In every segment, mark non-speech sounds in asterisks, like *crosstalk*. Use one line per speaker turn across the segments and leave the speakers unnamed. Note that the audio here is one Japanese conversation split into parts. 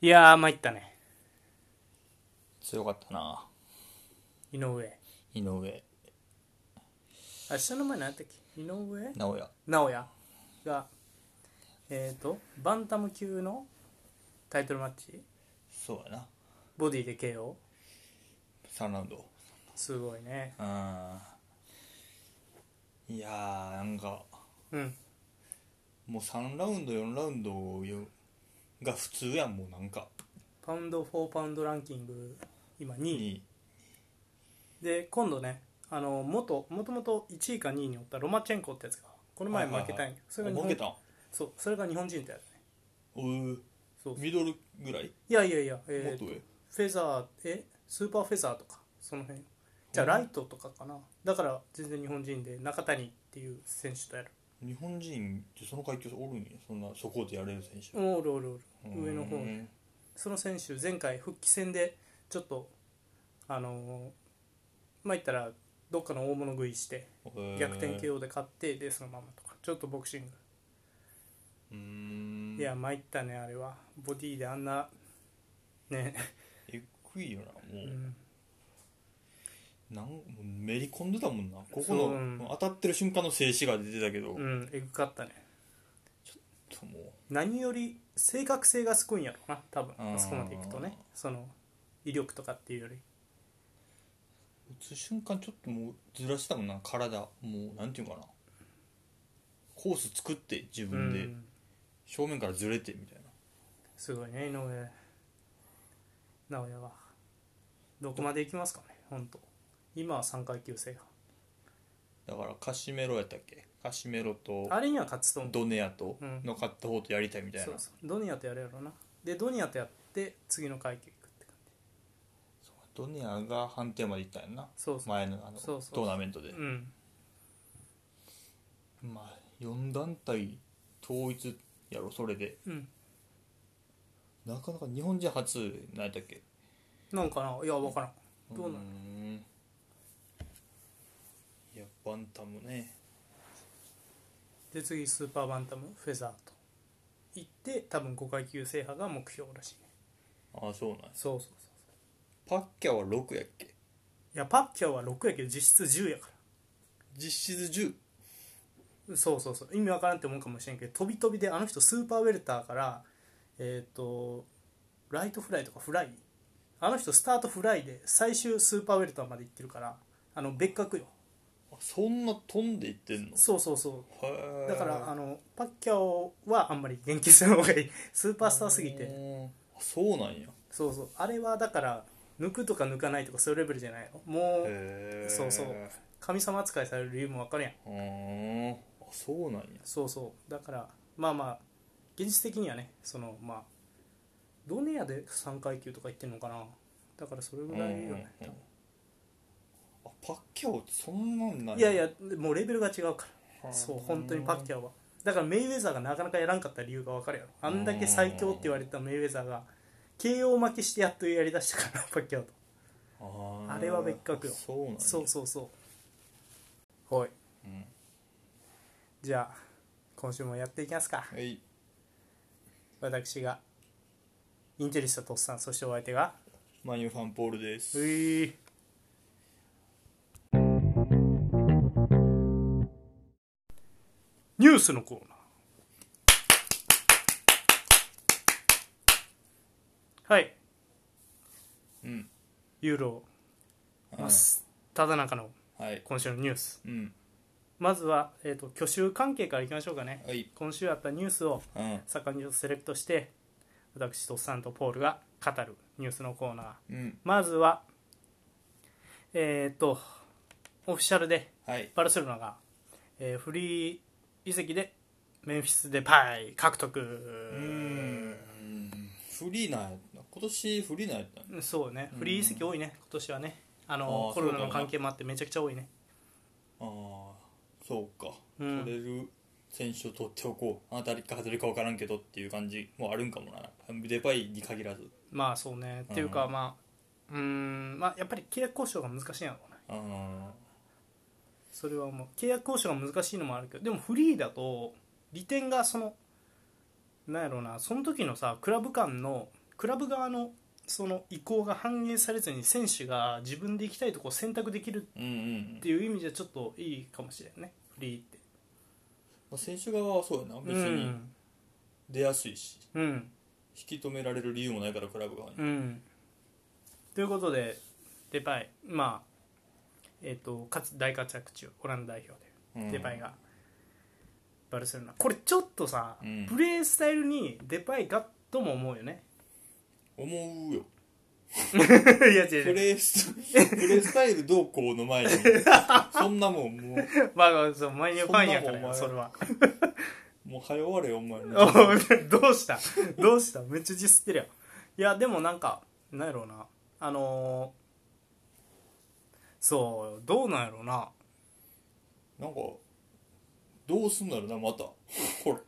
いやー、参ったね。
強かったな
井上。
井上
あ、下の前何やったっけ井上
直哉
直哉が、えっ、ー、と、バンタム級のタイトルマッチ、
そうやな
ボディで KO。
3ラウンド
すごいね。
うんいやーなんか
うん。
もう3ラウンド4ラウンドよが普通やんもうなんか
パウンド・フォーパウンドランキング、今2位。
に
で、今度ね、あの、元、もともと1位か2位におったロマチェンコってやつが、この前負けたんやけど、それが日
あ負けた
本、
ん
そう、それが日本人ってやつね。
おー
そう
ミドルぐらい
いやいやいや、
も
え
っ
ーと
と上
フェザーえスーパーフェザーとかその辺じゃあ
ほう
ライトとかかなだから全然日本人で中谷っていう選手とやる
日本人ってその階級おるんやそんなそこでやれる選手
おるおるおる上の方
うん
その選手前回復帰戦でちょっとあのーまあ言ったらどっかの大物食いして
へー
逆転 KO で勝ってでそのままとかちょっとボクシング、
うーん
いや参ったねあれはボディであんなね、
えぐいよなも
う
う、
ん、
なんもうめり込んでたもんなここ
そう
の、
うん
当たってる瞬間の静止画出てたけど、
うんえぐかったね
もう
何より正確性がすごいんやろな多分
うん
あそこまでいくとねその威力とかっていうより
打つ瞬間ちょっともうずらしたもんな体もうなんていうかなコース作って自
う
分で
ん
正面からずれてみたいな、
すごいね井上直哉はどこまでいきますかね本当今は3階級制が
だからカシメロやったっけカシメロと
あれには勝つと思う
ドネアと
うん
の勝った方とやりたいみたいな、
そうそうドニアとやるやろうなでドニアとやって次の階級いくって感じ
ドネアが判定までいったんやんな
そうそう
前のあの
そうそう
トーナメントで
うん
まあ4団体統一やろそれで
うん
なかなか日本人初何やったっけ
なんかないや分からんどうなの
んいやバンタムね
で次スーパーバンタムフェザーと行って多分5階級制覇が目標らしいね
ああそうなんや
そうそうそう
パッキャは6やっけ
いやパッキャオは6やけど実質10やか
実質10
らそうそうそう意味わからんって思うかもしれんけど飛び飛びであの人スーパーウェルターからえっ、とライトフライとかフライあの人スタートフライで最終スーパーウェルターまで行ってるからあの別格よ
あそんな飛んでいってんの
そうそうそ
へ
う
え
だからあのパッキャオはあんまり言及する方がいいスーパースターすぎ
う
て
ーんあそうなんや
そうそうあれはだから抜くとか抜かないとかそういうレベルじゃないよもう
へえ
そうそう
う
神様扱いされる理由もわかるやん
ーんあそうなんや
そうそうだからまあまあ現実的にはねそのまあドネアで3階級とか行ってんのかなだからそれぐらいよね、
うんうんうんあパッキャオってそんなんなん
いやいやもうレベルが違うからそう本当にパッ
ャ
キャオはだからメイウェザーがなかなかやらんかった理由が分かるやろあんだけ最強って言われたメイウェザーが KO 負けしてやっとやりだしたからパッキャオと
オ
あれは別格よ
そうなんや
そうそうそうはい
うん
じゃあ今週もやっていきますか
はい
私がインテリスタとっさんそしてお相手が
マニュファンポールです
えいニュースのコーナーはい
うん
ユーロ
うん
真っただ中の
はい
今週のニュース
うん
まずは、えー、と挙手関係からいきましょうかね
はい
今週あったニュースを
うん
盛んにセレクトして私とっさんとポールが語るニュースのコーナー
うん
まずは、えっ、と、オフィシャルで
はい
バルセロナが、えーフリー移籍でメンフィス・デパイ獲
う
得。
んフリーなんやった今年フリーなんやったん
そうね、フリー移籍多いね、今年はね。あ
あ
の
ー
コロナ
そうだ
の
ね
関係もあってめちゃくちゃ多いね。
ああそうか、
うん
取れる選手を取っておこうあたりか外れか分からんけどっていう感じもあるんかもなデパイに限らず
まあそうね、っていうかまあ、うーん、まあやっぱり契約交渉が難しいんやろうな。
あ
それはもう契約交渉が難しいのもあるけどでもフリーだと利点がそのなんやろうなその時のさクラブ間のクラブ側のその意向が反映されずに選手が自分で行きたいとこを選択できる
うんうん
っ、ていう意味じゃちょっといいかもしれんねフリーって
まあ、選手側はそうやな別
う
に
ん
出やすいし、
うん
引き止められる理由もないからクラブ側に、
うんということでデパイまあえっ、とかつ大活躍中オランダ代表で
うん
デパイがバルセロナこれちょっとさ、
うん
プレースタイルにデパイがとも思うよね
思うよ
*laughs* いや違う
プ
違う
レース
*laughs*
プレースタイルどうこうの前にそんなもんもう
まあそう前にファンやからよそ
そ
れ
ん
は
もう早終われよ
*laughs*
お前
おうどうしたどうしためっちゃディスってるやんいやでもなんかなんやろうなあのーそうどうなんやろうな
なんかどうすんだろうなまた *laughs* ほら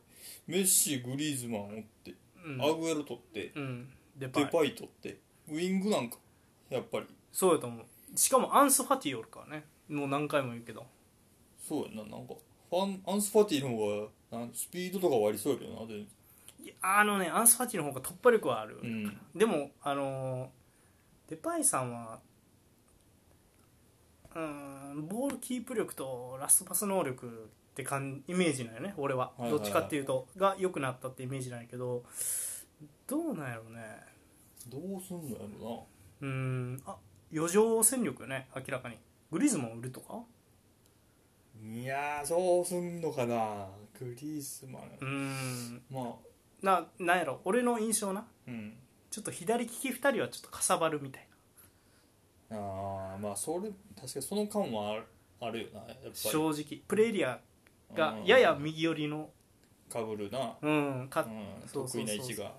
メッシグリーズマンおって、
うん
アグエロ取って
うんデパイ
デパイ取ってウイングなんかやっぱり
そうやと思うしかもアンス・ファティおるからねもう何回も言うけど
そうやななんかファンアンスパティの方がなんスピードとかはありそうやけどな全然
いやあのねアンス・ファティの方が突破力はある、
うん
でもあのーデパイさんはうーんボールキープ力とラストパス能力って感イメージなんよね俺は,、
いはいはい
どっちかっていうとが良くなったってイメージなんやけどどうなんやろうね
どうすんのやろ
うーんあ余剰戦力よね明らかにグリズマン売るとか
ないやーそうすんのかなグリーズマン
うーん
まあ
ななんやろ俺の印象な
うん
ちょっと左利き2人はちょっとかさばるみたいな
ああまあそれ確かにその感はあるあるよなやっぱり
正直プレーエリアがやや右寄りの
かぶるな、
うんか
うん、
そうそうそう
得意な位置が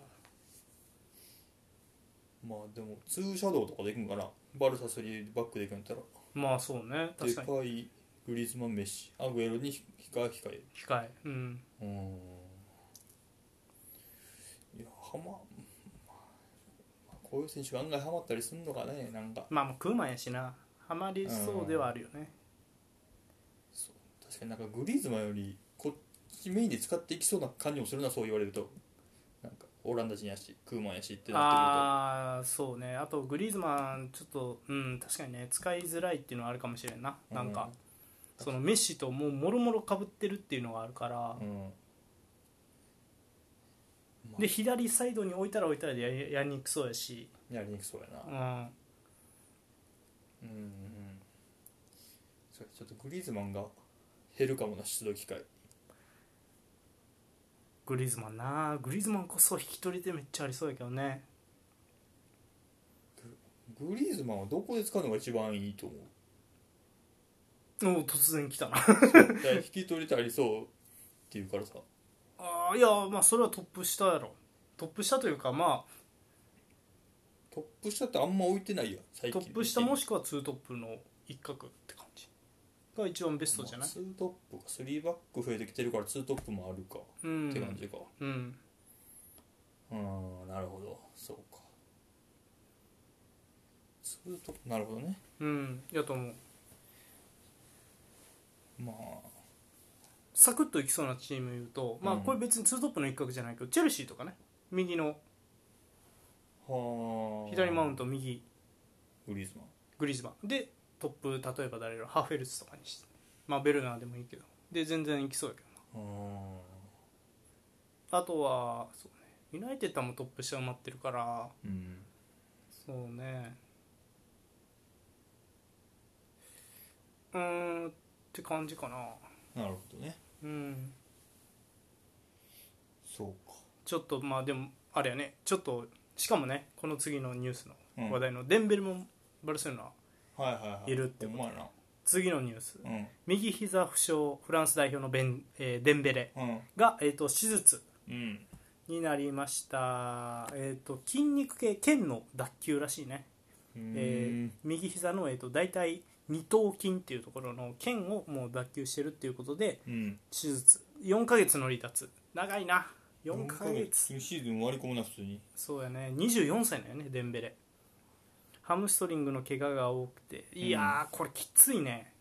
まあでもツーシャドウとかできんかなバルサスリーバックでいくんやったら
まあそうね確
で
か
か
に
いグリーズマンメッシアグエロにひか控え
控えうん
うんいやハマ、まあこういう選手が案外ハマったりすんのかねなんか
まあまあクーマンやしなハマりそうではあるよね
確かになんかグリーズマンよりこっちメインで使っていきそうな感じもするなそう言われるとなんかオランダ人やしクーマンやしってなっ
ああそうねあとグリーズマンちょっとうん確かにね使いづらいっていうのはあるかもしれんな
うん
なんかそのメッシともうもろもろかぶってるっていうのがあるから
てくるとうん
で左サイドに置いたら置いたらでやりやりにくそうやし
やりにくそうやな
う、ん
うんうんそうちょっとグリーズマンが減るかもな出場機会
グリーズマンなグリーズマンこそ引き取り手めっちゃありそうやけどね
グリーズマンはどこで使うのが一番いいと思う
おお突然来たな
いや引き取りてありそうっていうからさ
ああいやまあそれはトップ下やろトップ下というかま
トップ下ってあんま置いてないや
あ
最
ト
近
ップ下もしくは2トップの一角って感じが一番ベストじゃない
まあツートップか3バック増えてきてるから2トップもあるか
う
って感
ん
じか
うん
うんなるほどそうかツートップなるほどね
うんやと思う
まあ
サクッといきそうなチーム言うとまあ
うん
これ別に2トップの一角じゃないけどチェルシーとかね右の
はあ
左マウント右
グリーズマン
グリーズマンでトップ例えば誰やろハーフェルツとかにしてまあベルナーでもいいけどで全然いきそうやけど
うん
あとはそうねユナイテッドはもうトップ下埋まってるから
うん
そうねうーんって感じかな
なるほどね
うん
そうか
ちょっとまあでもあれやねちょっとしかもねこの次のニュース
うん
の話題のデンベルもバルセロナ
はいはいはい
いるって
お
こと
前な
次のニュース
うん
右膝負傷フランス代表のベン、えーデンベレ
うん
が、えー、と手術
うん
になりました、えー、と筋肉系腱の脱臼らしいねえー右膝のえーと大体二頭筋っていうところの腱をもう脱臼してるっていうことで
うん
手術4ヶ月の離脱長いな4
4
ヶ月
新シーズン割り込むな普通に
そうやね24歳だよねデンベレハムストリングの怪我が多くていやーこれきついね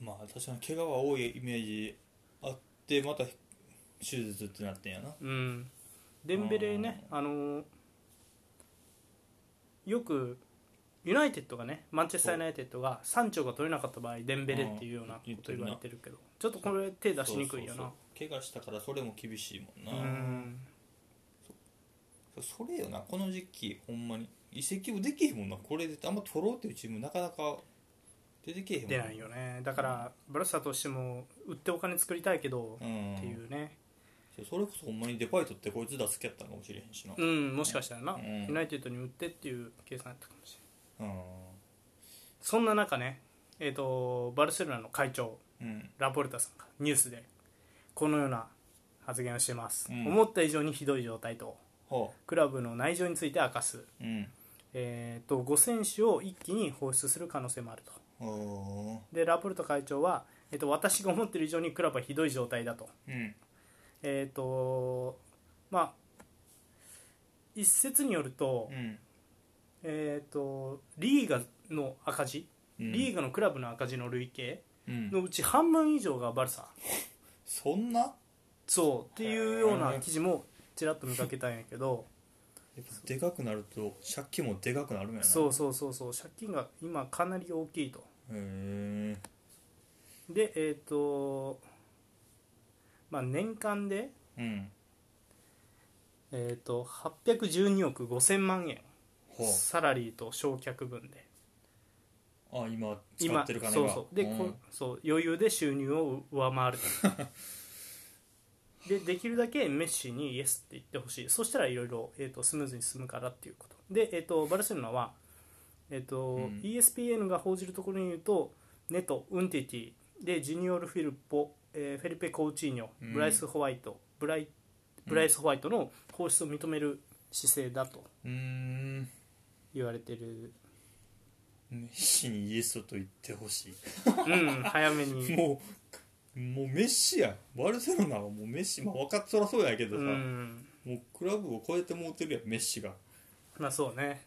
まあ確かに怪我は多いイメージあってまた手術ってなってんやな
うんデンベレねあのーよくユナイテッドがねマンチェスター・ユナイテッドがサンチョが取れなかった場合デンベレっていうようなこ
うん言っ
と
てる
言
な
われてるけどちょっとこれ手出しにくいよ
そう
な
そうそう怪我したからそれも厳しいもん
う
な、
ん
それよなこの時期ほんまに移籍もできへんもんなこれであんま取ろうっていうチームなかなか出てけえへんもん
出ないよねだからバルサとしても売ってお金作りたいけど
うん
っていうね
そうそれこそほんまにデパイトってこいつ出す気やったのかもしれへんしな
うんもしかしたらな
うん
ユナイテッドに売ってっていう計算だったかもしれない
うん
そんな中ねえーとバルセロナの会長
うん
ラポルタさんがニュースでこのような発言をしてます、
うん
思った以上にひどい状態と
は
クラブの内情について明かす、
あうん
えー、と5選手を一気に放出する可能性もあると
は
でラポルタ会長は、えー、と私が思っている以上にクラブはひどい状態だと,、
あうん
えーとまあ、一説によると,、
うん
えー、とリーガの赤字
うん
リーガのクラブの赤字の累計
うん
のうち半分以上がバルサ
そんな
そうっていうような記事もちらっと見かけたんやけど
やっぱでかくなると借金もでかくなるんやな
そうそうそうそう借金が今かなり大きいと
へえ
でえっ、とまあ年間で
うん
えっ、と812億5000万円
は
サラリーと償却分で
ああ今使ってる金が
そうそうで、
ん
こそう余裕で収入を上回る
*laughs*
でできるだけメッシにイエスって言ってほしいそしたらいろいろえーとスムーズに進むからっていうことで、えー、とバルセロナは、えーと
ん
ESPN が報じるところに言うとネト、ウンティティでジュニオル・フィルッポ、えーフェリペ・コウチーニョ
うん
ブライス・ホワイトブライブライス・ホワイトの放出を認める姿勢だと
うーん
言われてる、
メッシにイエスと言ってほし
うん、早め
い
に。
*laughs* もうもうメッシやんバルセロナはもうメッシまあ分かっとらそうやけど
う
さ、
ん
もうクラブを超えてもうてるやんメッシが
まあそうね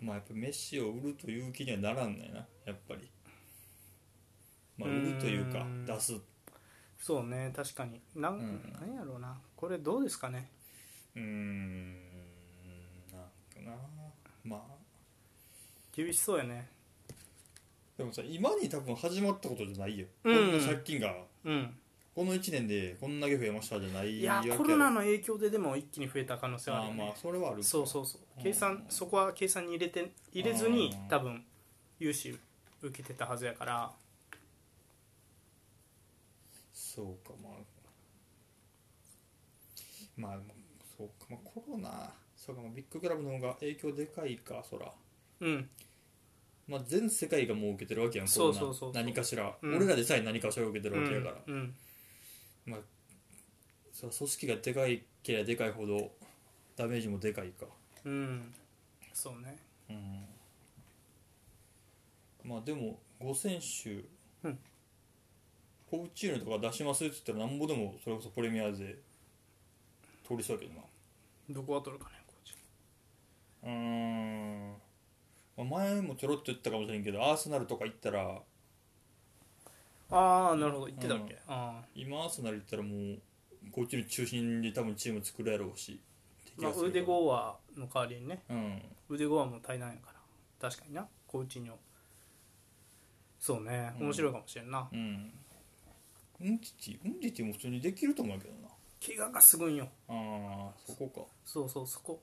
まあやっぱメッシを売るという気にはならんないなやっぱりまあ
うー
売
ん
るというか出すう
そうね確かになん,、
うん
なんやろうなこれどうですかね
ーんなんかなまあ
厳しそうやね
でもさ今に多分始まったことじゃないよ、
うん
こんな借金が
うん
この1年でこんだけ増えましたじゃない
いや
わけ
コロナの影響ででも一気に増えた可能性はあ
あ
るよ
あまあ
ね
それはある
そうそうそう
うん
計算そこは計算に入れて入れずに
うん
多分融資受けてたはずやから
そうかまあまあそうかまあコロナそうかまあビッグクラブの方が影響でかいかそら
うん
まあ全世界がもう受けてるわけやん
そう
コロナ
そうそうそう
何かしら、
うん
俺らでさえ何かしら受けて
う
るわけやから、
んうん
そら組織がでかいけりゃでかいほどダメージもでかいか
うんそうね
うんまあでも5選手
うん
ポウチーノとか出しますって言ったらなんぼでもそれこそプレミアで通りそうやけどな
どこが取るかねこっち
うーん、まあ、前もちょろっと言ったかもしれんけどアーセナルとか行ったら
ああなるほど言ってたっけ、
う
あ
今アーセナル行ったらもうこっちの中心で多分チーム作るやろうし
ー、まあ、ウデ
ー
ゴーアの代わりにね
うん
腕ごはもう対談やから確かにな小内にょそうね
うん
面白いかもしれんな、
うんウンティティウンティティも普通にできると思うけどな
怪我がすごいんよ
ああそこか
そうそうそこ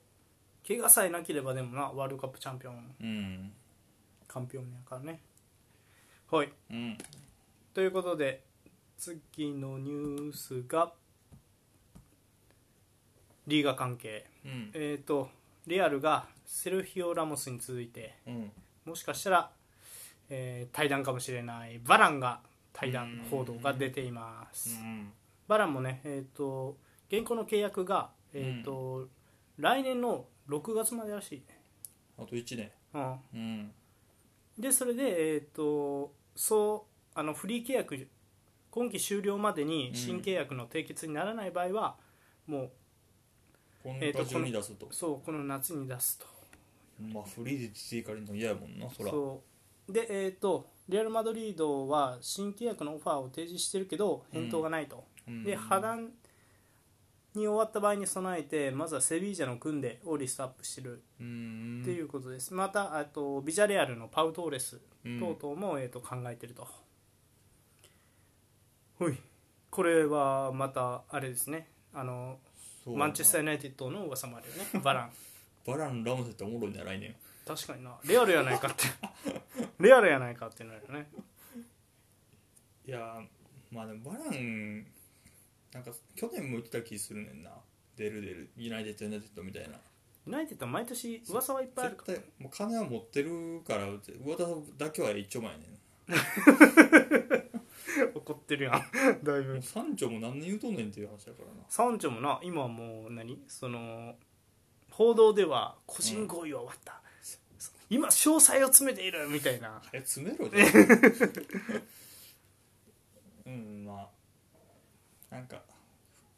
怪我さえなければでもなワールドカップチャンピオン
うん
カンピオンやからねはい
うん
ということで次のニュースがリーガ関係
うん
えっ、とレアルがセルヒオ・ラモスに続いて
うん
もしかしたら、えー、対談かもしれないバランが対談報道が出ています、
うん
バランもね、えー、と現行の契約が、えーと来年の6月までらしいね、
あと1年
うん、
うん
でそれで、えー、とそうあのフリー契約今期終了までに新契約の締結にならない場合は、も
今
えーと
夏中に出すと,、
うそうこの夏に出すと
まあフリーで追加れるの嫌やもんなそら
そうでえっ、とレアル・マドリードは新契約のオファーを提示してるけど返答がないと、
うん
で破談に終わった場合に備えてまずはセビージャの組んでをリストアップしてる
うーん
っていうことです、またあとビジャレアルのパウトーレス
うん
等々も、えー、と考えてるとほいこれはまたあれですねあの
そう
マンチェスター・ユナイテッドの噂もあるよ *laughs* ねバラン
バランラムセっておもろいな来年
確かになレアルやないかって *laughs* レアルやないかってなるよね
いやーまあでもバランなんか去年も言ってた気するねんな出る出るユナイテッドユナイテッドみたいな
ユナイテッドは毎年噂はいっぱいある
絶
か
対もう金は持ってるから上田だけは一丁前やね
ら怒ってるやん *laughs* だい
んも
ぶ
う三丁も何年言うとんねんっていう話だからな
サウンチョもな今はもう何その報道では個人合意は終わった、今詳細を詰めているみたいな
早く詰めろじゃ
*laughs*
あうんまあなんか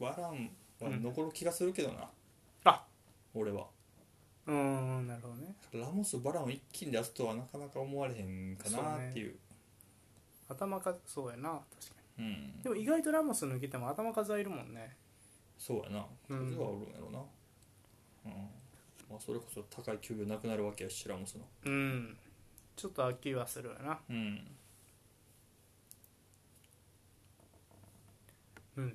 バランは残る気がするけどな、
あ
俺は
うーんなるほどね
ラモスバランを一気に出すとはなかなか思われへんかなっていう
頭数そうやな確か
う,、
にで
ん
も意外とラモス抜けても頭数はいるもんね
そうやな
う
数
ん
はおるんやろなうん、まあ、それこそ高い給料なくなるわけやしラモスの
うんちょっと飽きはするわな
うん
うん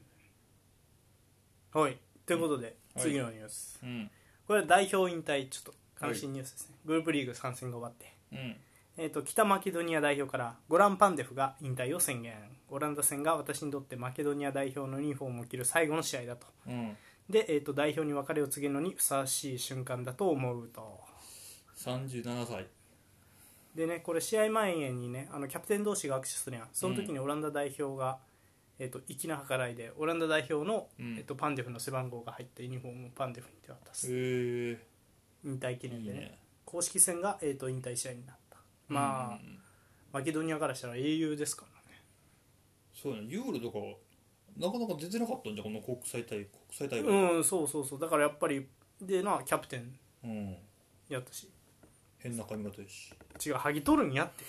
はいということで、
はい
次のニュース
うん
これは代表引退ちょっと悲しいニュースですね、グループリーグ参戦が終わって
うん
えー、と北マケドニア代表からゴラン・パンデフが引退を宣言オランダ戦が私にとってマケドニア代表のユニフォームを着る最後の試合だと
うん
で、えー、と代表に別れを告げるのにふさわしい瞬間だと思うと
37歳
でねこれ試合前にねあのキャプテン同士が握手するやんその時にオランダ代表が、えー、と粋な計らいでオランダ代表の、
うん
えー、とパンデフの背番号が入ったユニフォームをパンデフに手渡す
へえ
引退記
い
念
い
でね
ね
公式戦が、えー、と引退試合になったまあ、
うん
マケドニアからしたら英雄ですからね
そうやねユーロとかなかなか出てなかったんじゃんこの国際大国際大会
うんそうそうそうだからやっぱりでなキャプテン
うん、
やったし
変な髪型やし
違う剥ぎ取るんやって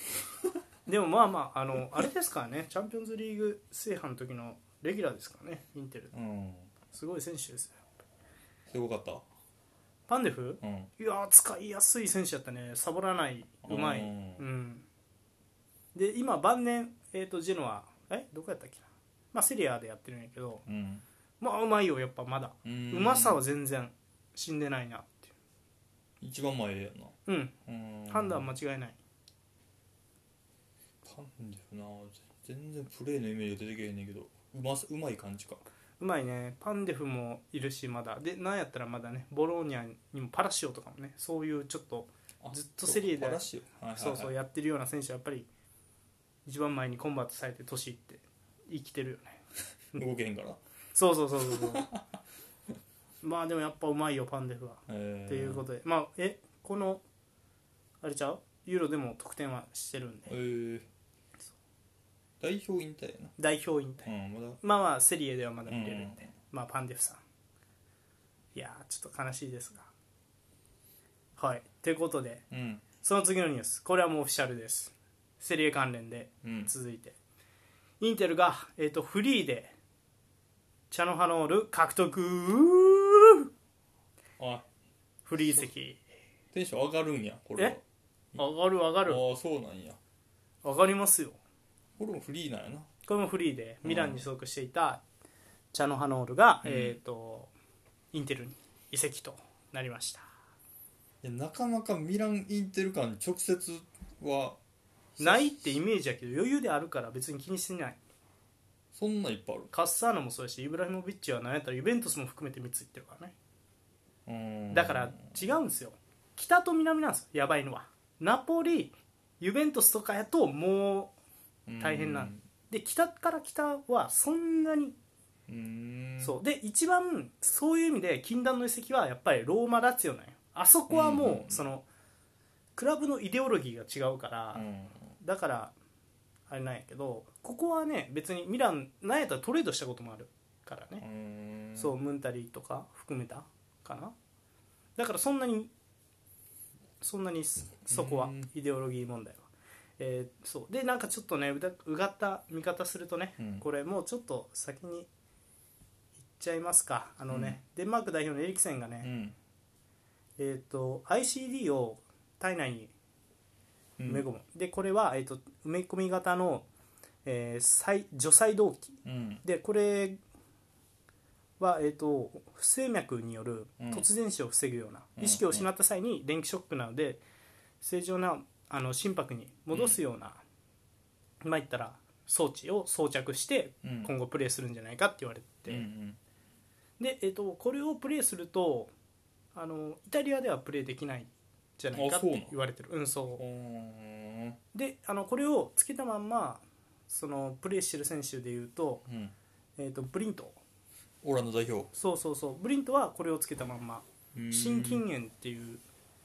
*laughs*
でもまあまああのあれですからねチャンピオンズリーグ制覇の時のレギュラーですからねインテル
うん
すごい選手ですよ
すごかった
パンデフ
うん
いやー使いやすい選手やったねサボらないうまい
うん
うんで今晩年、えー、とジェノアえどこやったっけなまあセリアでやってるんやけど
うん
まあうまいよやっぱまだ
う
うんまさは全然死んでないなってい
一番前やな
ううん
うん
判断間違いない
パンデフな全然プレーのイメージが出てけへんねんけどうますうまい感じか
うまいねパンデフもいるしまだでなんやったらまだねボローニャにもパラシオとかもねそういうちょっと
あ
ずっとセリエで
パラシオはいはいはい
そうそうやってるような選手はやっぱり一番前にコンバートされて年いって生きてるよね
動けへんから
そうそうそうそうそうまあでもやっぱうまいよパンデフは
え
っていうことでまあえこのあれちゃうユーロでも得点はしてるん
え
で
ー代表引退や
代表引退
なうんまだ
まあまあセリエではまだ見れるんで、
うん
まあパンデフさんいやーちょっと悲しいですがはいということで
うん
その次のニュースこれはもうオフィシャルですセリエ関連で
うん
続いて、インテルが、えー、とフリーでチャノハノール獲得
あ
フリー席
テンション上がるんやこれは
え上がる上が
ああ
る
ーそうなんや
上がりますよ
これもフリーなんやな
これもフリーでミランに所属していたチャノハノールが、
うん
えー、とインテルに移籍となりました
いやなかなかミラン・インテル間直接は
ないってイメージやけど余裕であるから別に気にしてない
そんないっぱいある
カッサーノもそうやしイブラヒモビッチは何やったらユベントスも含めて3ついってるからね
うーん
だから違うんですよ北と南なんですよやばいのはナポリユベントスとかやとも大変なんうで北から北はそんなに、
うーん
そうで一番そういう意味で禁断の移籍はやっぱりローマ・ラツィオなんよあそこは
うんうん
も
うん
うそのクラブのイデオロギーが違うから、
うん
だからあれなんやけどここはね別にミランなんやったらトレードしたこともあるから
う
ね、
ーん
そうムンタリとか含めたかなだからそんなにそんなにそそこは
うん
イデオロギー問題は、えーそうでなんかちょっとねうだうがった見方するとね、
うん
これもうちょっと先に行っちゃいますかあのね、デンマーク代表のエリクセンがね、
うん
えー、と ICD を体内に
うん
埋め込む、でこれは、えー、と埋め込み型の、えー細除細動器
うん
でこれは、えー、と不整脈による
うん
突然死を防ぐような、
うん
意識を失った際に電気ショックなので正常なあの心拍に戻すような、まあ言ったら装置を装着して
うん
今後プレーするんじゃないかって言われて、
うん
で、えー、とこれをプレーするとあのイタリアではプレーできないんじゃないかっ
あそうな
て
の
言われてるうんそう
うんうん
であのこれをつけたまんまそのプレーしてる選手でいうと,、
うん
えー、とブリント
オランダ代表
そうそうそうブリントはこれをつけたまんま
うん
心筋炎っていう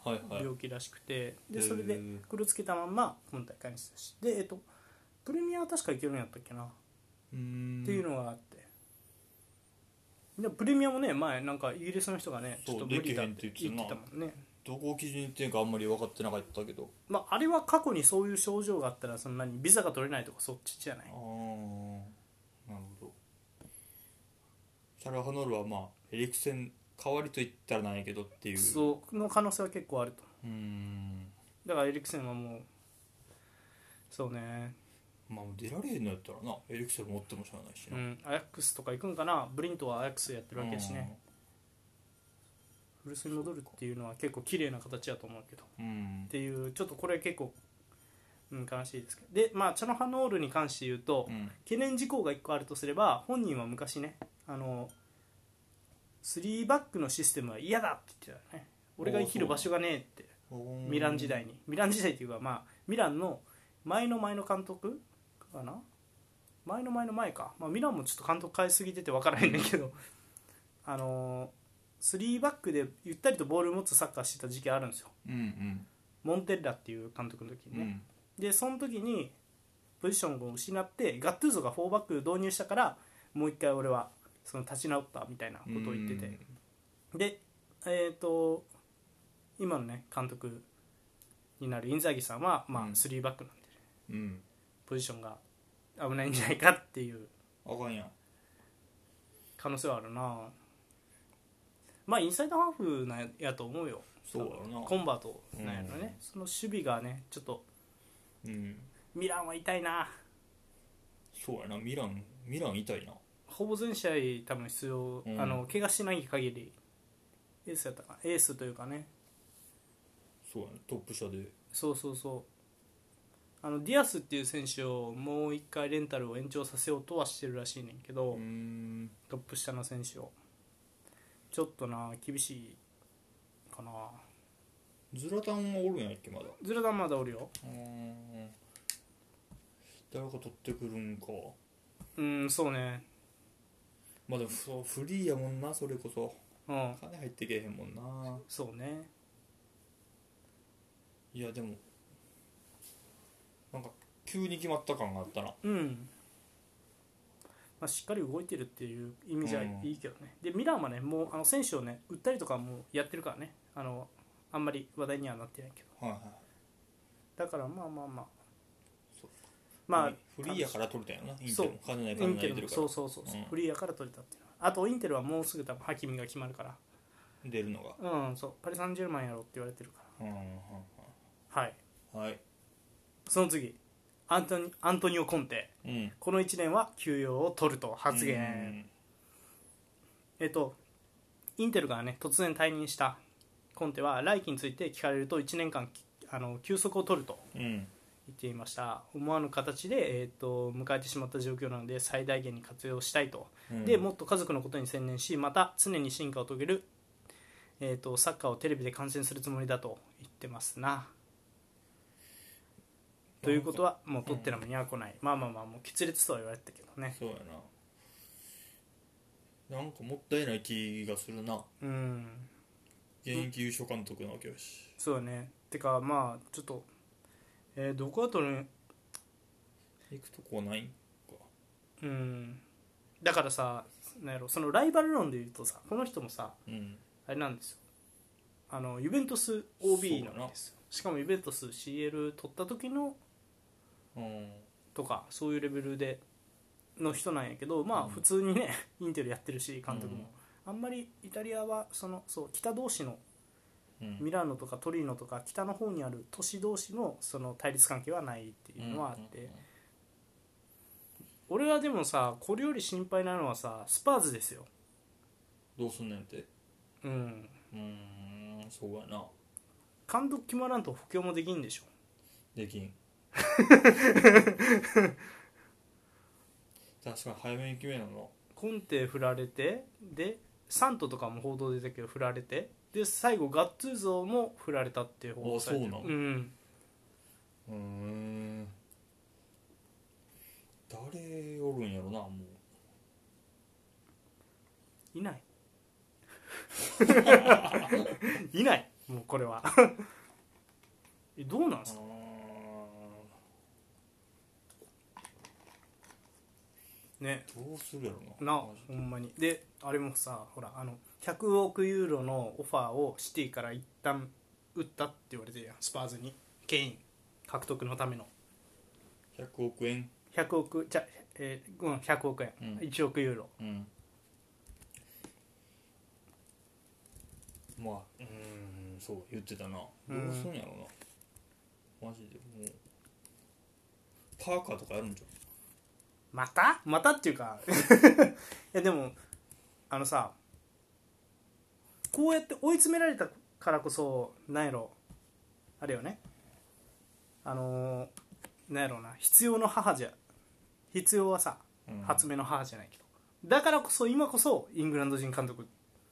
はいはい
病気らしくて、
へ
で
ー
それでこれをつけたまんま今大会に出場しでえっ、とプレミアは確かいけるんやったっけな、
うん
っていうのがあってでプレミアもね前なんかイギリスの人がねち
そう
ょっと無理だって言
で
っ
きへんって言って
た
てたな
もんね
どこを基準に言ってんかあんまり分かってなかったけど
まあ、あれは過去にそういう症状があったらそんなにビザが取れないとかそっちじゃな
あ
い
あなるほどシャラ・ハノルはまあエリクセン代わりと言ったらなんやけどっていう
そうの可能性は結構あると
うーん
だからエリクセンはもうそうね、
まあ出られへんのやったらなエリクセン持ってもしゃあないし
う
な、
ん、アヤックスとか行くんかなブリントはアヤックスやってるわけやしね古巣に戻るっていうのは結構綺麗な形だと思うけどっ
うんうん
ていうちょっとこれ結構、うん、悲しいですけどでまあチャノハノールに関して言うと、
うん
懸念事項が1個あるとすれば本人は昔ねあの3バックのシステムは嫌だって言ってたよね俺が生きる場所がねえって
おー
ミラン時代にミラン時代っていうかまあミランの前の前の監督かな前の前の前か、まあ、ミランもちょっと監督変えすぎてて分からへんねんけど *laughs* あのー、3バックでゆったりとボールを持つサッカーしてた時期あるんですよ
うん
モンテッラっていう監督の時
うん
に
う
ね、
ん
でその時にポジションを失ってガットゥーゾが4バック導入したからもう一回俺はその立ち直ったみたいなことを言ってて、でえっ、と今のね監督になるインザギさんは、まあ、
うん
3バックなんで、
うんうん
ポジションが危ないんじゃないかっていう
あかんやん
可能性はあるなまあインサイドハーフなんやと思うよ
そうだろうな
コンバートなんやろね、
う
その守備がねちょっと
うん
ミランは痛いな
そうやなミランミラン痛いな
ほぼ全試合多分出場、
うん
あの怪我しない限りエースやったかなエースというかね
そうやなトップ下で
そうそうそうあのディアスっていう選手をもう一回レンタルを延長させようとはしてるらしいねんけど、
うーん
トップ下の選手をちょっとな厳しいかな
ズラタンはおるんやっけまだ
ズラダンまだおるよ
うーん誰か取ってくるんか
うんそうね
まあでもそうフリーやもんなそれこそ
うん
金入ってけえへんもんな
そうね
いやでもなんか急に決まった感があったな
うん、まあ、しっかり動いてるっていう意味じゃ
うん
いいけどね、でミラーはねもうあの選手をね売ったりとかもやってるからねあのあんまり話題にはなってないけど
はいはい
だからまあまあまあ
そうか
まあ
フリーフリーやから取れたよなインテ
そう
ルも金ない
イ
金
ン
な
テ
い入れて
ル
る
も
か
そうそうそう、
うん
フリーやから取れたっていうのはあとインテルはもうすぐ多分ハキミが決まるから
ら出るのが
うんそうパリ・サンジェルマンやろって言われてるか
うんうん
らはい
うんはい
その次アントニアントニオ・コンテ
うん
この1年は休養を取ると発言えっと、インテルがね突然退任したコンテは来季について聞かれると1年間きあの休息を取ると
うんうん
言っていました思わぬ形で、えっと迎えてしまった状況なので最大限に活用したいと、
うん
でもっと家族のことに専念しまた常に進化を遂げる、えっとサッカーをテレビで観戦するつもりだと言ってますな。ということはもうトッテナムには来ない、まあまあまあもう決裂とは言われてたけどね
そうやななんかもったいない気がするな
うん
現役優勝監督なわけやし
そうだねてかまあちょっと、えーどこだとね
行くとこはないんか
うんだからさなんやろそのライバル論で言うとさこの人もさ
うん
あれなんですよあのユベントス OB なん
そうだ
で
な
すよしかもユベントス CL 取った時の
うん
とかそういうレベルでの人なんやけどまあ
うん
普通にね、 *laughs* インテルやってるし監督
うん
も、あんまりイタリアはそのそう北同士の
うん
ミラノとかトリノとか北の方にある都市同士のその対立関係はないっていうのはあって、俺はでもさこれより心配なのはさスパーズですよ
どうすんねんって
うん
うーんそうやな
監督決まらんと補強もできんでしょ
でき
*laughs*
ん確かに早めに決めなの
コンテ振られてでサントとかも報道出たけど振られてで最後ガッツーゾーも振られたっていう報道されてる
あそうなんうーん誰おるんやろなも
いないいないもうこれはえどうなん
う
すかね
どうするやろな
なほんまにであれもさほらあの100億ユーロのオファーをシティから一旦打ったって言われてるやんスパーズにケイン獲得のための
100億円
100億じゃ、えーうん、100億円、
うん
1億ユーロ
うんまあうーんそう言ってたなど
うん
うすんやろなマジでもうパーカーとかやるんじ
またまたっていうか *laughs* いやでもあのさこうやって追い詰められたからこそなんやろあれよねあのーなんやろうな必要の母じゃ必要はさ
ゃん、うん、
発明の母じゃないけど、だからこそ今こそイングランド人監督っ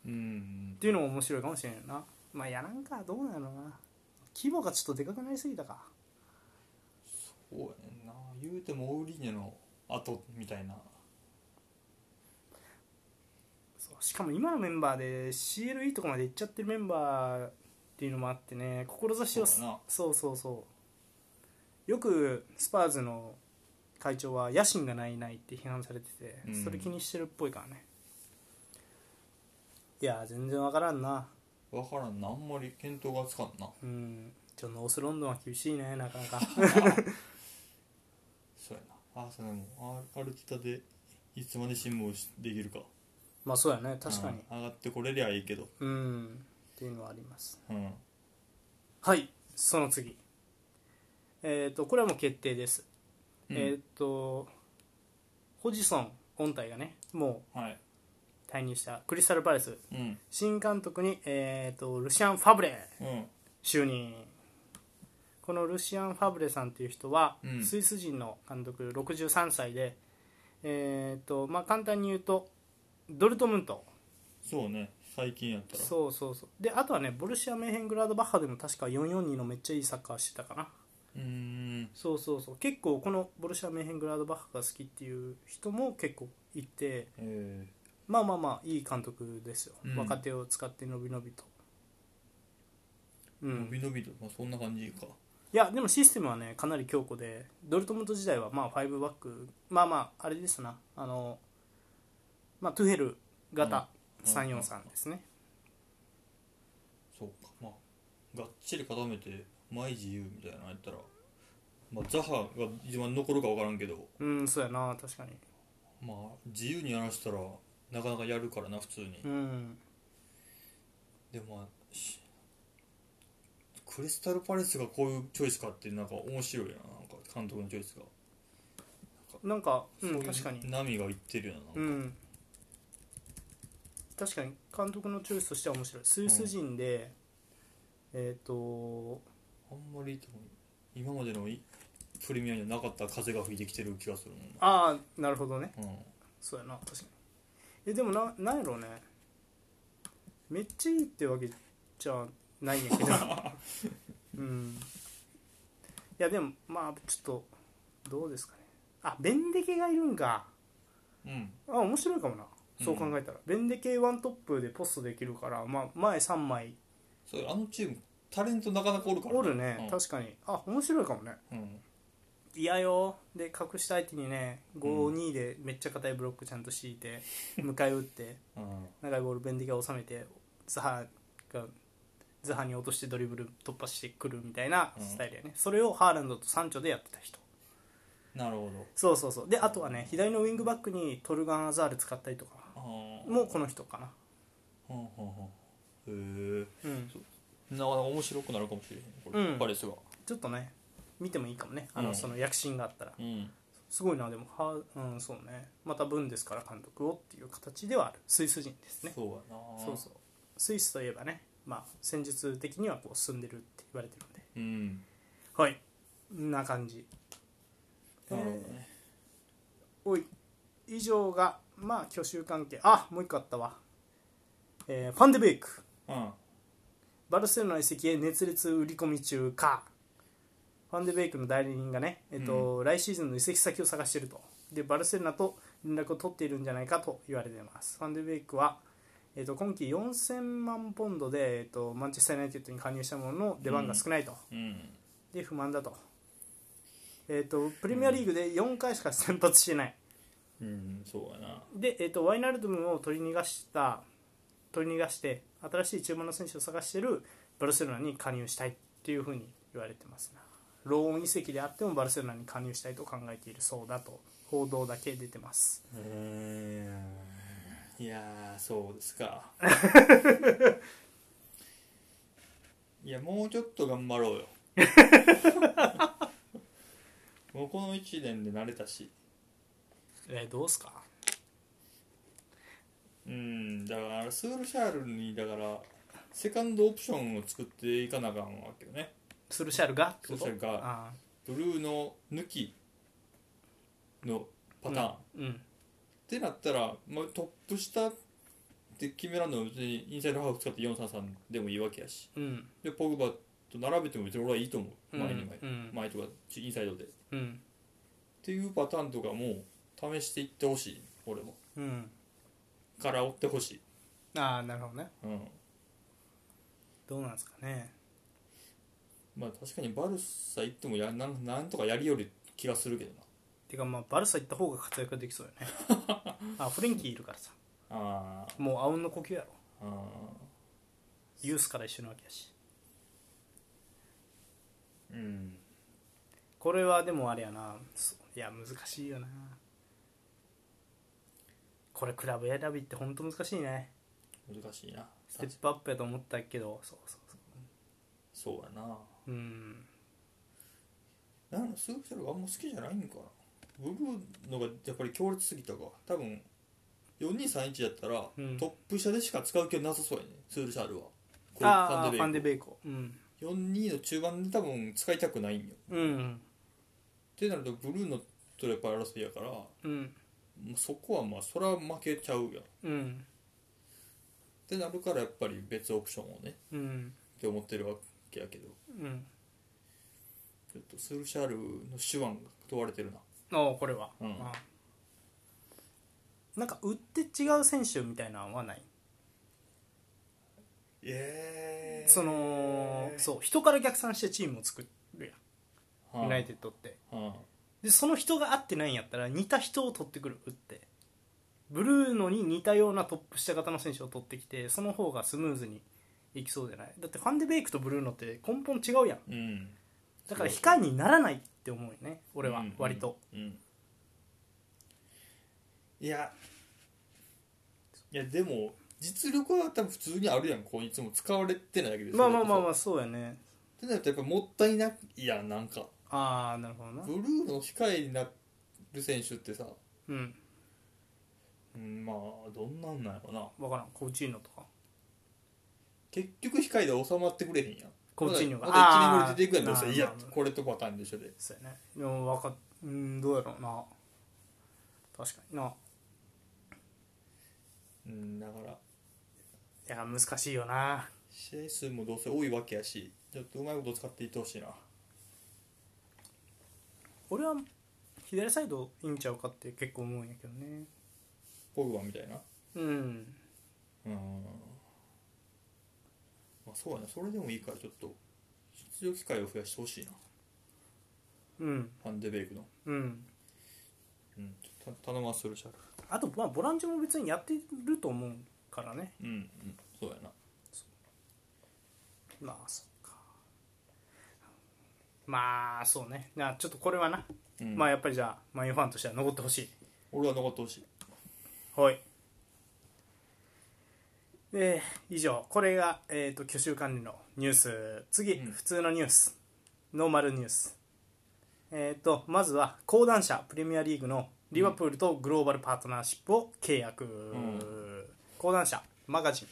うん
ていうのも面白いかもしれないなまあやらんかどうなのな規模がちょっとでかくなりすぎたか
そうやねんな言うてもオウリーニャの後みたいな
そうしかも今のメンバーで CLE とかまで行っちゃってるメンバーっていうのもあってね志を
そう
そ
だな
そうそうそうよくスパーズの会長は野心がないないって批判されてて、
うん
それ気にしてるっぽいからねいや全然わからんな
分からんなあんまり見当がつかんな
うんちょっとノースロンドンは厳しいねなかな
*laughs*
か
そうやなあそれもあアルティタでいつまで辛抱しできるか
まあそうやね確かに
うん上がってこれりゃいいけど
うん、っていうのはあります
うん
はいその次えっ、とこれはもう決定ですえーっとホジソン本体がねも
うんはいう
退任したクリスタル・パレス
うん
新監督に、えーっとルシアン・ファブレ
うん
就任このルシアン・ファブレさんっていう人は、
うん
スイス人の監督63歳で、えーっとまあ、簡単に言うとドルトムント
そうね最近やったら
そうそうそうであとはねボルシア・メーヘングラードバッハでも確か442のめっちゃいいサッカーしてたかな
うーん
そうそうそう結構このボルシア・メーヘングラードバッハが好きっていう人も結構いて
え
まあまあまあいい監督ですよ、
うん
若手を使って伸び伸びと、う
ー、
ん
伸び伸びと、まあ、そんな感じか
いやでもシステムはねかなり強固でドルトムント時代はまあ5バックまあまああれですなあの、まあ、トゥヘル型
うん
343ですね、
そうかまあがっちり固めて毎自由みたいなのやったらまあザハが一番残るか分からんけど
うん、そうやな確かに
まあ自由にやらせたらなかなかやるからな普通に
うん
でもまあしクリスタル・パレスがこういうチョイスかってなんか面白いよななんか監督のチョイスが
なんか、う
そ
ん、
い
確かに
波がいってるよ
う
ななんか
ん、確かに監督のチョイスとしては面白いスイス人で、えっ、と
あんまりでも今までのいプレミアにはなかった風が吹いてきてる気がするもんな
ああなるほどね
うん
そうやな確かにえでもななんやろうねめっちゃいいってわけじゃないんやけ *laughs* どうんいやでもまあちょっとどうですかねあベンデケがいるんか
うん
あ面白いかもなそう考えたら、ベンデケワントップでポストできるから、まあ、前3枚
そうあのチームタレントなかなかおるから
おるね、
うん
確かにあ面白いかもね
うん
いやよで隠した相手にね5-2でめっちゃ硬いブロックちゃんと敷いて、迎え撃って
うん
長いボールベンディが収めてザハがザハに落としてドリブル突破してくるみたいなスタイルやね、それをハーランドとサンチョでやってた人
なるほど
そうそうそうであとはね左のウィングバックにトルガン・アザール使ったりとか
あー
もうこの人かな
はんはんはんへえ
うん
なかなか面白くなるかもしれへんこれ、
うん
パレスが
ちょっとね見てもいいかもねあ
う
の
ん
その躍進があったら
うん
すごいなでもはうんそうねまたブンデスから監督をっていう形ではあるスイス人ですね
そうやな
そうそうスイスといえばねまあ戦術的にはこう進んでるって言われてるんで
ううん
はいんな感じ
なるほどね、
おい以上がまあ去就関係あもう一個あったわ、えーファンデベイク
うん
バルセロナ移籍へ熱烈売り込み中かファンデベイクの代理人がね、えっと来シーズンの移籍先を探しているとでバルセロナと連絡を取っているんじゃないかと言われていますファンデベイクは、えっと今季4000万ポンドで、えっとマンチェスター・ユナイテッドに加入したものの出番が少ないと、
うん
で不満だと,、えっとプレミアリーグで4回しか先発してない
うんそうやな
で、えー、とワイナルドムを取り逃がした取り逃がして新しい中盤の選手を探しているバルセロナに加入したいっていうふうに言われてますなローン移籍であってもバルセロナに加入したいと考えているそうだと報道だけ出てます
えーいやーそうで
*laughs*
すかいやもうちょっと頑張ろうよもうこの1年で慣れたし
えーどうすか
うんだからスールシャールにだからセカンドオプションを作っていかなあかんわけよね
スルシャルがって
そ
こ
し
と
たら
あ
ブルーの抜きのパターン、っ
ーうん
てなったら、まあ、トップ下って決めらんのは別にインサイドハーフ使って433でもいいわけやし
うん
でポグバと並べても別に俺はいいと思う
うん
前に前、
うん
前とかインサイドでっ
うん
ていうパターンとかも試していってほしい俺も
うん
から追ってほしい、
ああなるほどね
うん、
どうなんですかね
まあ確かにバルサ行ってもやなんなんとかやりよる気がするけどな
てかまあバルサ行った方が活躍できそう *laughs* よねあフレンキーいるからさ
あー
もうあうんの呼吸やろ
あ
ユースから一緒なわけやし
ーうん
これはでもあれやなそういや難しいよなこれクラブ選びって本当難しいね
難しいな
ステップアップやと思ったけどそうそうそ
そうやな
ううん
なんかスープシャルがあんま好きじゃないんかなブルーのがやっぱり強烈すぎたか多分4231だったら、
うん
トップ下でしか使う気はなさそうやねツールシャルはこれ
ああファンデ
ベイ
ベイコうん
ク42の中盤で多分使いたくないんよっ
うん
てなるとブルーのとやっぱり争いやからも
うん
うそこはまあそれは負けちゃうやんっ
うん
てなるからやっぱり別オプションをね
うん
って思ってるわけやけど
うん
ちょっとスールシャルの手腕が問われてるな
ああこれは、
うん
あなんか売って違う選手みたいなのはない
え
そのそう人から逆算してチームを作るやんユナイテッドって
は
でその人が合ってないんやったら似た人を取ってくる打ってブルーノに似たようなトップ下型の選手を取ってきてその方がスムーズにいきそうじゃないだってファンデベイクとブルーノって根本違うやん
あうん
だから控えにならないって思うよね俺は
うん
割と、
うんうんいやいやでも実力は多分普通にあるやんこういつも使われてないだけで
まあまあまあま
あ
あそうやね
ってなるとやっぱもったいないやんなんか
ああなるほどな
ブルーの控えになる選手ってさ、
うん
うん、まあどんなんなんやろな
分からんコーチーノとか
結局控えで収まってくれへんやん
コーチーノが
まだ1年後に出ていくやんどう
あ
せ
ー
いや
まあまあ
これとパターンで一緒で
そうやねでも分かっうんどうやろうな確かにな
うんだか
い
ら
や難しいよな
試合数もどうせ多いわけやしちょっとうまいこと使っていってほしいな
俺は左サイドいいんちゃうかって結構思うんやけどね
ポグバみたいな
うん
うんまあそうやなそれでもいいからちょっと出場機会を増やしてほしいな
うん
ファンデベイクの、
うん
うん、ちょっと頼ませるシャル
あとまあボランチも別にやってると思うからね
うんうんそうやな
まあそっかまあそうねなちょっとこれはな
うん
まあやっぱりじゃあマインファンとしては残ってほしい
俺は残ってほしい
はいで以上これが、えー、と挙手管理のニュース次、
うん
普通のニュースノーマルニュースえっ、とまずは講談社プレミアリーグのリバプールとグローバルパートナーシップを契約、
ん
講談社マガジン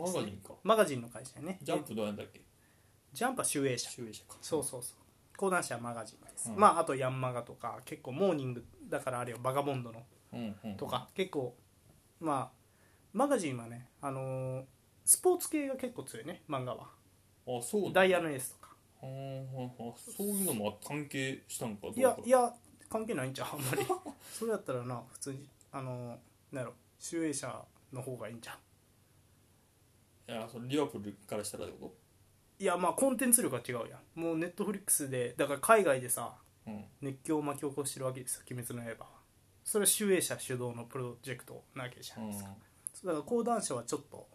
マガジンか
マガジンの会社やね
ジャンプどうなんだっけ
ジャンプは集英社
集英社か
そうそうそう講談社はマガジンです、
うん
まああとヤンマガとか結構モーニングだからあれよバガボンドの
うんうん
とか、結構まあマガジンはね、あのースポーツ系が結構強いね漫画は
あそうなんだ
ダイヤのエースとか
はあはあはあそういうのも関係したのかどうか
いやいや関係ないんちゃうあんまり *laughs* それやったらな普通にあのーなんやろ集英社の方がいいんちゃ
いやそのリバプールからしたらってこ
ういやまあコンテンツ力が違うやんもうネットフリックスでだから海外でさ
とうん
熱狂を巻き起こしてるわけですよ「鬼滅の刃」はそれは集英社主導のプロジェクトなわけじゃないですか、だから講談社はちょっと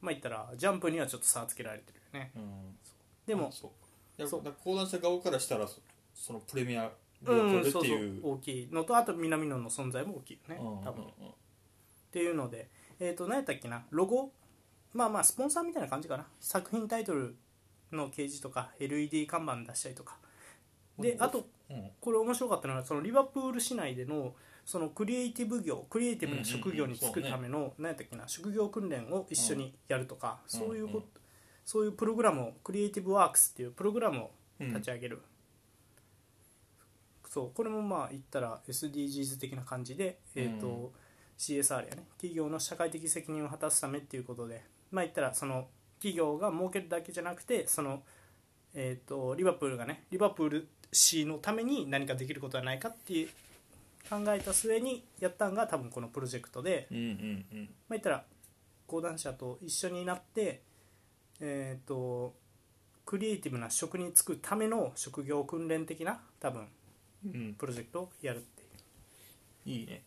まあ言ったらジャンプにはちょっと差をつけられてるよね
うんうん
でも
あそういや
そう
だから講談した側からしたらそそのプレミアリバプ
うん、
ールって
そうそ
いう
う大きいのとあと南野の存在も大きいよね、
うんうんうん
多分っていうのでえっ、と何やったっけなロゴまあまあスポンサーみたいな感じかな作品タイトルの掲示とか LED 看板出したりとかで
うん
あと
うん
これ面白かったのはそのリバプール市内でのそのクリエイティブ業クリエイティブな職業に就くための何やったっけな職業訓練を一緒にやるとか
うん
そういうこ
うん
とそういうプログラムをクリエイティブワークスっていうプログラムを
うん
立ち上げる、そうこれもまあ言ったら SDGs 的な感じで、えーと
う
CSR やね企業の社会的責任を果たすためっていうことでまあ言ったらその企業が儲けるだけじゃなくてその、えー、とリバプールがねリバプール市のために何かできることはないかっていう考えた末にやったんが多分このプロジェクトで、
うんうんうん
まあ、言ったら講談社と一緒になって、えー、とクリエイティブな職に就くための職業訓練的な多分
うん
プロジェクトをやるっていう
いいね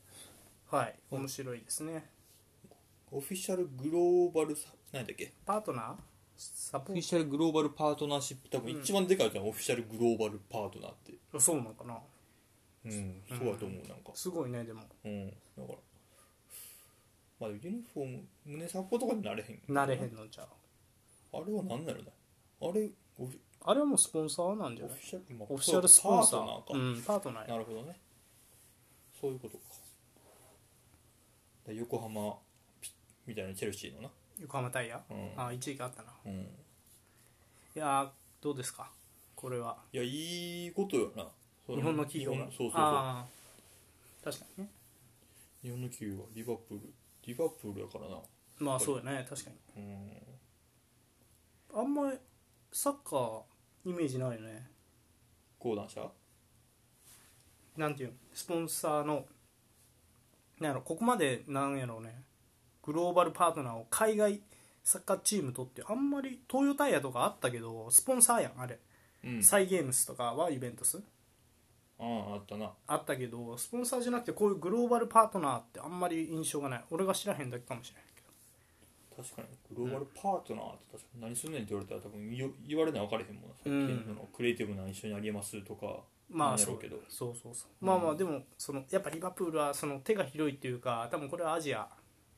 はい
うん
面白いですね
オフィシャルグローバルサ何だっけ
パートナーサ
オ
ポ
フィ
ー
シャルグローバルパートナーシップ多
う
分
ん
一番でかいじゃん、オフィシャルグローバルパートナーって
トそうなのかな
うんそうだと思うなんか
すごいねでも
うんだからまあユニフォーム胸サポとかになれへん
慣れへんのじゃ
あれは何なのだあれオフィ
ああれはもうスポンサーなんじゃ
オ
な
フ
い
ィシャル、まあ
オフィシャルスポンサー
パートナーか、
うん、パートナーや
なるほどねそういうことかだ横浜ピみたいなチェルシーのな
横浜タイヤ、
うん
ああ一時期あったな
うん
いやーどうですかこれはい
やいいことよなその
日本の企業が
日本そうそうそう
あー確かにね
日本の企業はリバプールリバプールやからな
まあそうやね確かに
うん
あんまりサッカーイメージないよね
講談社
なんていうのスポンサーのなんやろここまでなんやろうねグローバルパートナーを海外サッカーチームとってあんまり東洋タイヤとかあったけどスポンサーやんあれ、
うん
サイ・ゲームスとかはイベントス
あああったな
あったけどスポンサーじゃなくてこういうグローバルパートナーってあんまり印象がない俺が知らへんだけかもしれないけど
確かにグローバルパートナーって確かに何すんねんって言われたら多分よ言われない分かれへんもんなさっき
うん
のそのクリエイティブな一緒にあげますとか
ま
な
あ
んや
そ
ろ
う
うけど
そうそうそう、
うん
まあまあでもそのやっぱリバプールはその手が広いっていうか多分これはアジア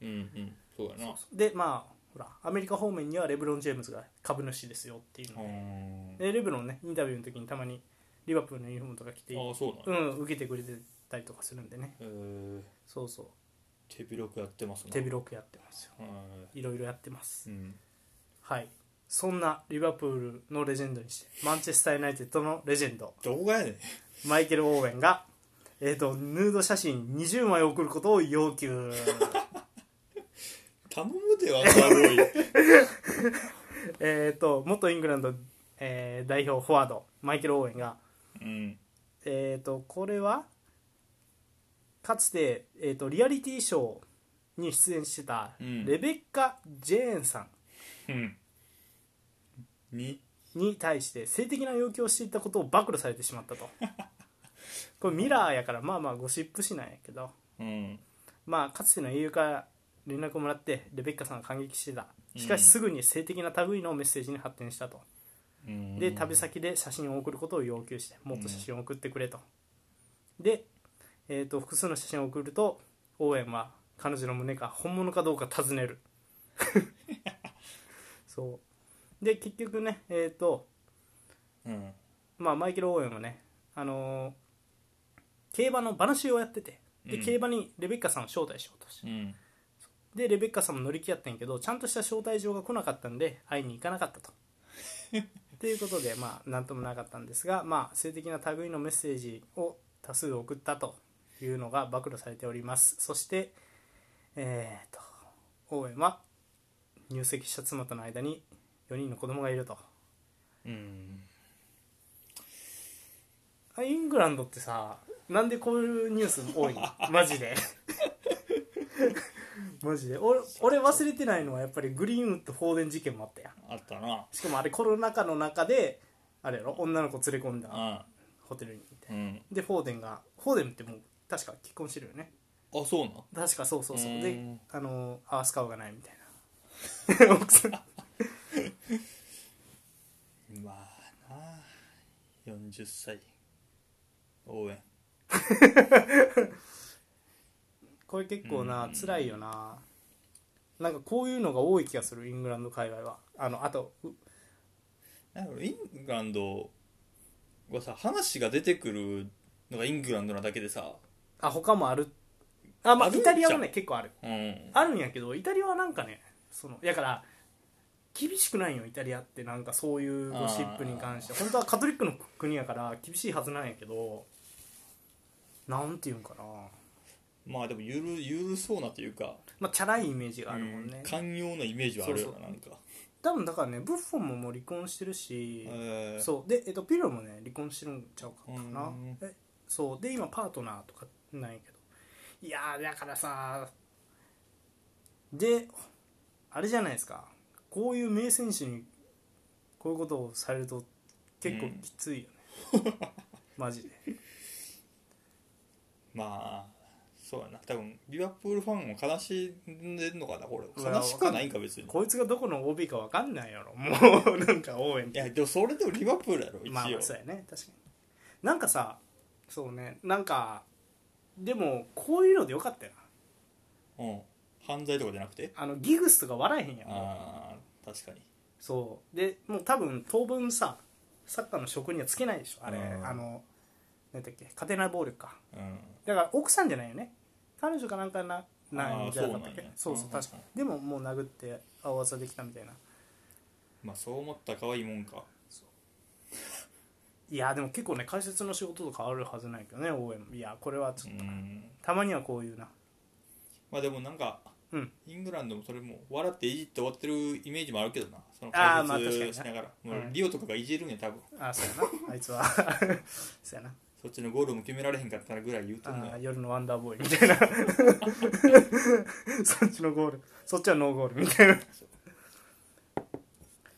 うんうんそうやな
でまあほらアメリカ方面にはレブロン・ジェームズが株主ですよっていうの
う
で,、
ん
でレブロンねインタビューの時にたまにリバプールのユニフォームとか着て、
ああそうなん
う
や
ん、受けてくれてたりとかするんでね
えー
そうそう
手広くやってますね
手広くやってますよ
はい
ろいろやってます、
いうん
はいそんなリバプールのレジェンドにしてマンチェスター・ユナイテッドのレジェンド
どこがやねん
マイケル・オーウェンが、えー、とヌード写真20枚送ることを要
*laughs*
求
頼むでは悪い
*laughs* えっと元イングランド、えー代表フォワードマイケル・オーウェンが
うん
えー、とこれはかつて、えー、とリアリティショーに出演してた
うん
レベッカ・ジェーンさ
うんに
んに対して性的な要求をしていたことを暴露されてしま
*laughs*
ったとこれミラーやからまあまあゴシップ誌なんやけど、
うん
まあ、かつての英雄から連絡をもらってレベッカさんが感激してたしかしすぐに性的な類のメッセージに発展したと、
うん
で旅先で写真を送ることを要求してもっと写真を送ってくれと、で、えー、と複数の写真を送ると応援は彼女の胸が本物かどうか尋
*laughs*
ねるそうで結局ねえっ、と
うん
まあマイケル・オーエンはねあのー競馬の馬主をやっててで、
うん
競馬にレベッカさんを招待しようとして
うん
でレベッカさんも乗り気やったんやけどちゃんとした招待状が来なかったんで会いに行かなかったと。ということでまあ何ともなかったんですが、まあ、性的な類のメッセージを多数送ったというのが暴露されておりますそしてえー、とオーエンは入籍した妻との間に4人の子供がいると
うん
あイングランドってさなんでこういうニュース多いのマジでマジで俺俺忘れてないのはやっぱりグリーンウッド・フォーデン事件もあったやん
あったな
しかもあれコロナ禍の中であれやろ女の子連れ込んだ
あ
ホテルにみたいな
うん
でフォーデンがフォーデンってもう確か結婚してるよね
あそうな
確かそうそうそう
うー
で
ん
あの合わす顔がないみたい
*laughs*
な奥さん
まあな40歳応援
これ結構
う
なん辛いよななんかこういうのが多い気がするイングランド界隈はあのあとう
なんかイングランドはさ話が出てくるのがイングランドなだけでさ
あ他もあるあまあ
あるん
イタリアも
じ
ね結構ある
うん
あるんやけどイタリアはなんかねそのやから厳しくないよイタリアってなんかそういうゴシップに関して本当はカトリックの国やから厳しいはずなんやけどなんていうんかな
まあでもゆるゆるそうなというか
まあチャラいイメージがあるもん
う
ね
ん寛容なイメージはあるよ
そう
な
そう
なんか
多分だからねブッフォンももう離婚してるし、
えー
そうで、えっと、ピロもね離婚してるんちゃうかな、
うん
えそうで今パートナーとかなんやけどいやーだからさであれじゃないですかこういう名選手にこういうことをされると結構きついよね、
*laughs*
マジで
まあそうやな多分リバプールファンも悲しんでんのかなこ
う
れ
わ
悲しくはないんか別に
こいつがどこの OB か分かんないやろもうなんか応援っ
い
て
やでもそれでもリバプールやろ一応、
まあまあそうやね確かになんかさそうねなんかでもこういうのでよかったよな
うん、犯罪とかじゃなくて
あのギグスとか笑えへんやんもう
ああ確かに
そうでもう多分当分さサッカーの職にはつけないでしょあれ
うん
あの何だっけ家庭内暴力か
うん
だから奥さんじゃないよね彼女かなんかなな
あ
ん
ー
じゃなかったっ
そうな
け
んや
そうそう
うんうんうん
確かにでももう殴って青技できたみたいな
まあそう思ったら可愛いもんか
いやでも結構ね解説の仕事とかあるはずないけどね応援いやこれはち
う
ょっと
ん
たまにはこういうな
まあでもなんか、
うん
イングランドもそれも笑っていじって終わってるイメージもあるけどなその
あー
解
まあ確かにな
説しながらも
う
うんリオとかがいじるんや多分
あそうやなあいつは *laughs* そうやな
そっちのゴールも決められへんかったらぐらい言うとんの
あー
よ
夜のワンダーボーイみたいな
*laughs*
そっちのゴールそっちはノーゴールみたいな
そう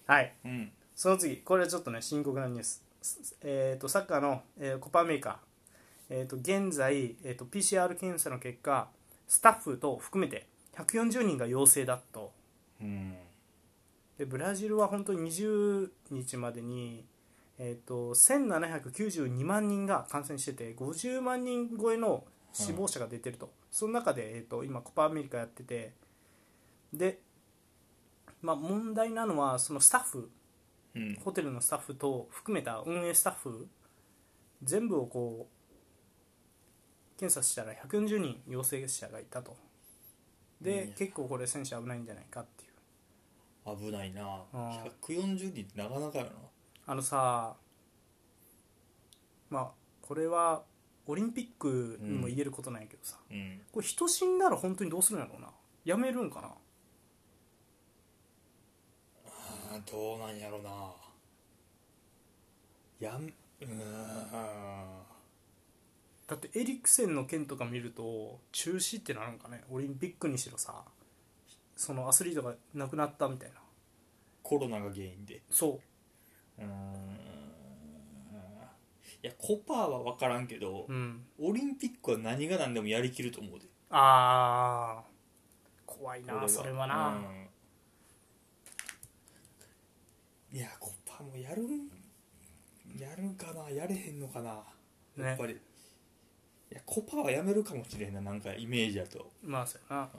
はい
うん
その次、これはちょっとね、深刻なニュース。すえー、とサッカーの、えーコパアメリカ、えー、と現在、えー、と PCR 検査の結果、スタッフと含めて140人が陽性だと。
うん
でブラジルは本当に20日までに、えー、と1792万人が感染してて50万人超えの死亡者が出てると、その中で、えー、と今コパアメリカやっててで、まあ、問題なのはそのスタッフ
うん
ホテルのスタッフと含めた運営スタッフ全部をこう検査したら140人陽性者がいたと
い
で
や
結構これ選手危ないんじゃないかっていう
危ないな
あ
140人ってなかなかやな
あのさまあこれはオリンピックにも言えることないけどさ、
うん
これ人死んだら本当にどうするんやろうなやめるんかな
あーどうなんやろなやんうーん
だってエリクセンの件とか見ると中止ってなるんかねオリンピックにしろさそのアスリートが亡くなったみたいな
コロナが原因で
そう
うーんいやコパーは分からんけど、
うん、
オリンピックは何が何でもやりきると思うで
ああ怖い
俺
なそれはな、
うんいやコパぱもうやるんやるんかなやれへんのかなやっ
ね
ぱり、いやコパはやめるかもしれんななんかイメージだと
まあそうやな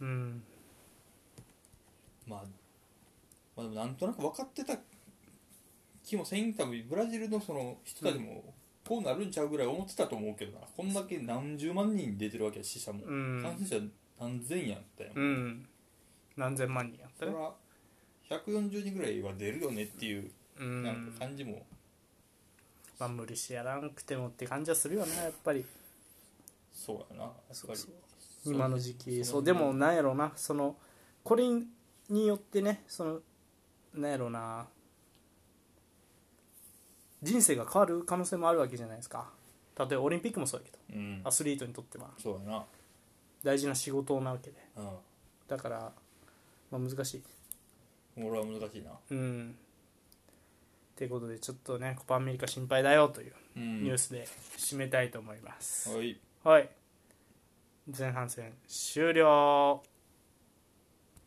う
う
ん
ん
まあ、まあでもなんとなく分かってた気もせん多分ブラジルのその人たちもこうなるんちゃうぐらい思ってたと思うけどなこんだけ何十万人出てるわけや死者も、
うん
感染者何千やったよ、
うん何千万人やった
それ
ね
は140人ぐらいは出るよねっていう
う
なん
ん
か感じも
まあ無理してやらなくてもって感じはするよねやっぱり
そうやなやっ
そ
ぱ
う
り
そう今の時期
そ
そううでもなんやろなそのこれによってねそのなんやろな人生が変わる可能性もあるわけじゃないですか例えばオリンピックもそうやけど
うん
アスリートにとっては
そうやな
大事な仕事なわけで
う
だから、まあ、難しい
ん俺は難しいな
うんということでちょっとねコパアメリカ心配だよという
うん
ニュースで締めたいと思います、
はい
はい前半戦終了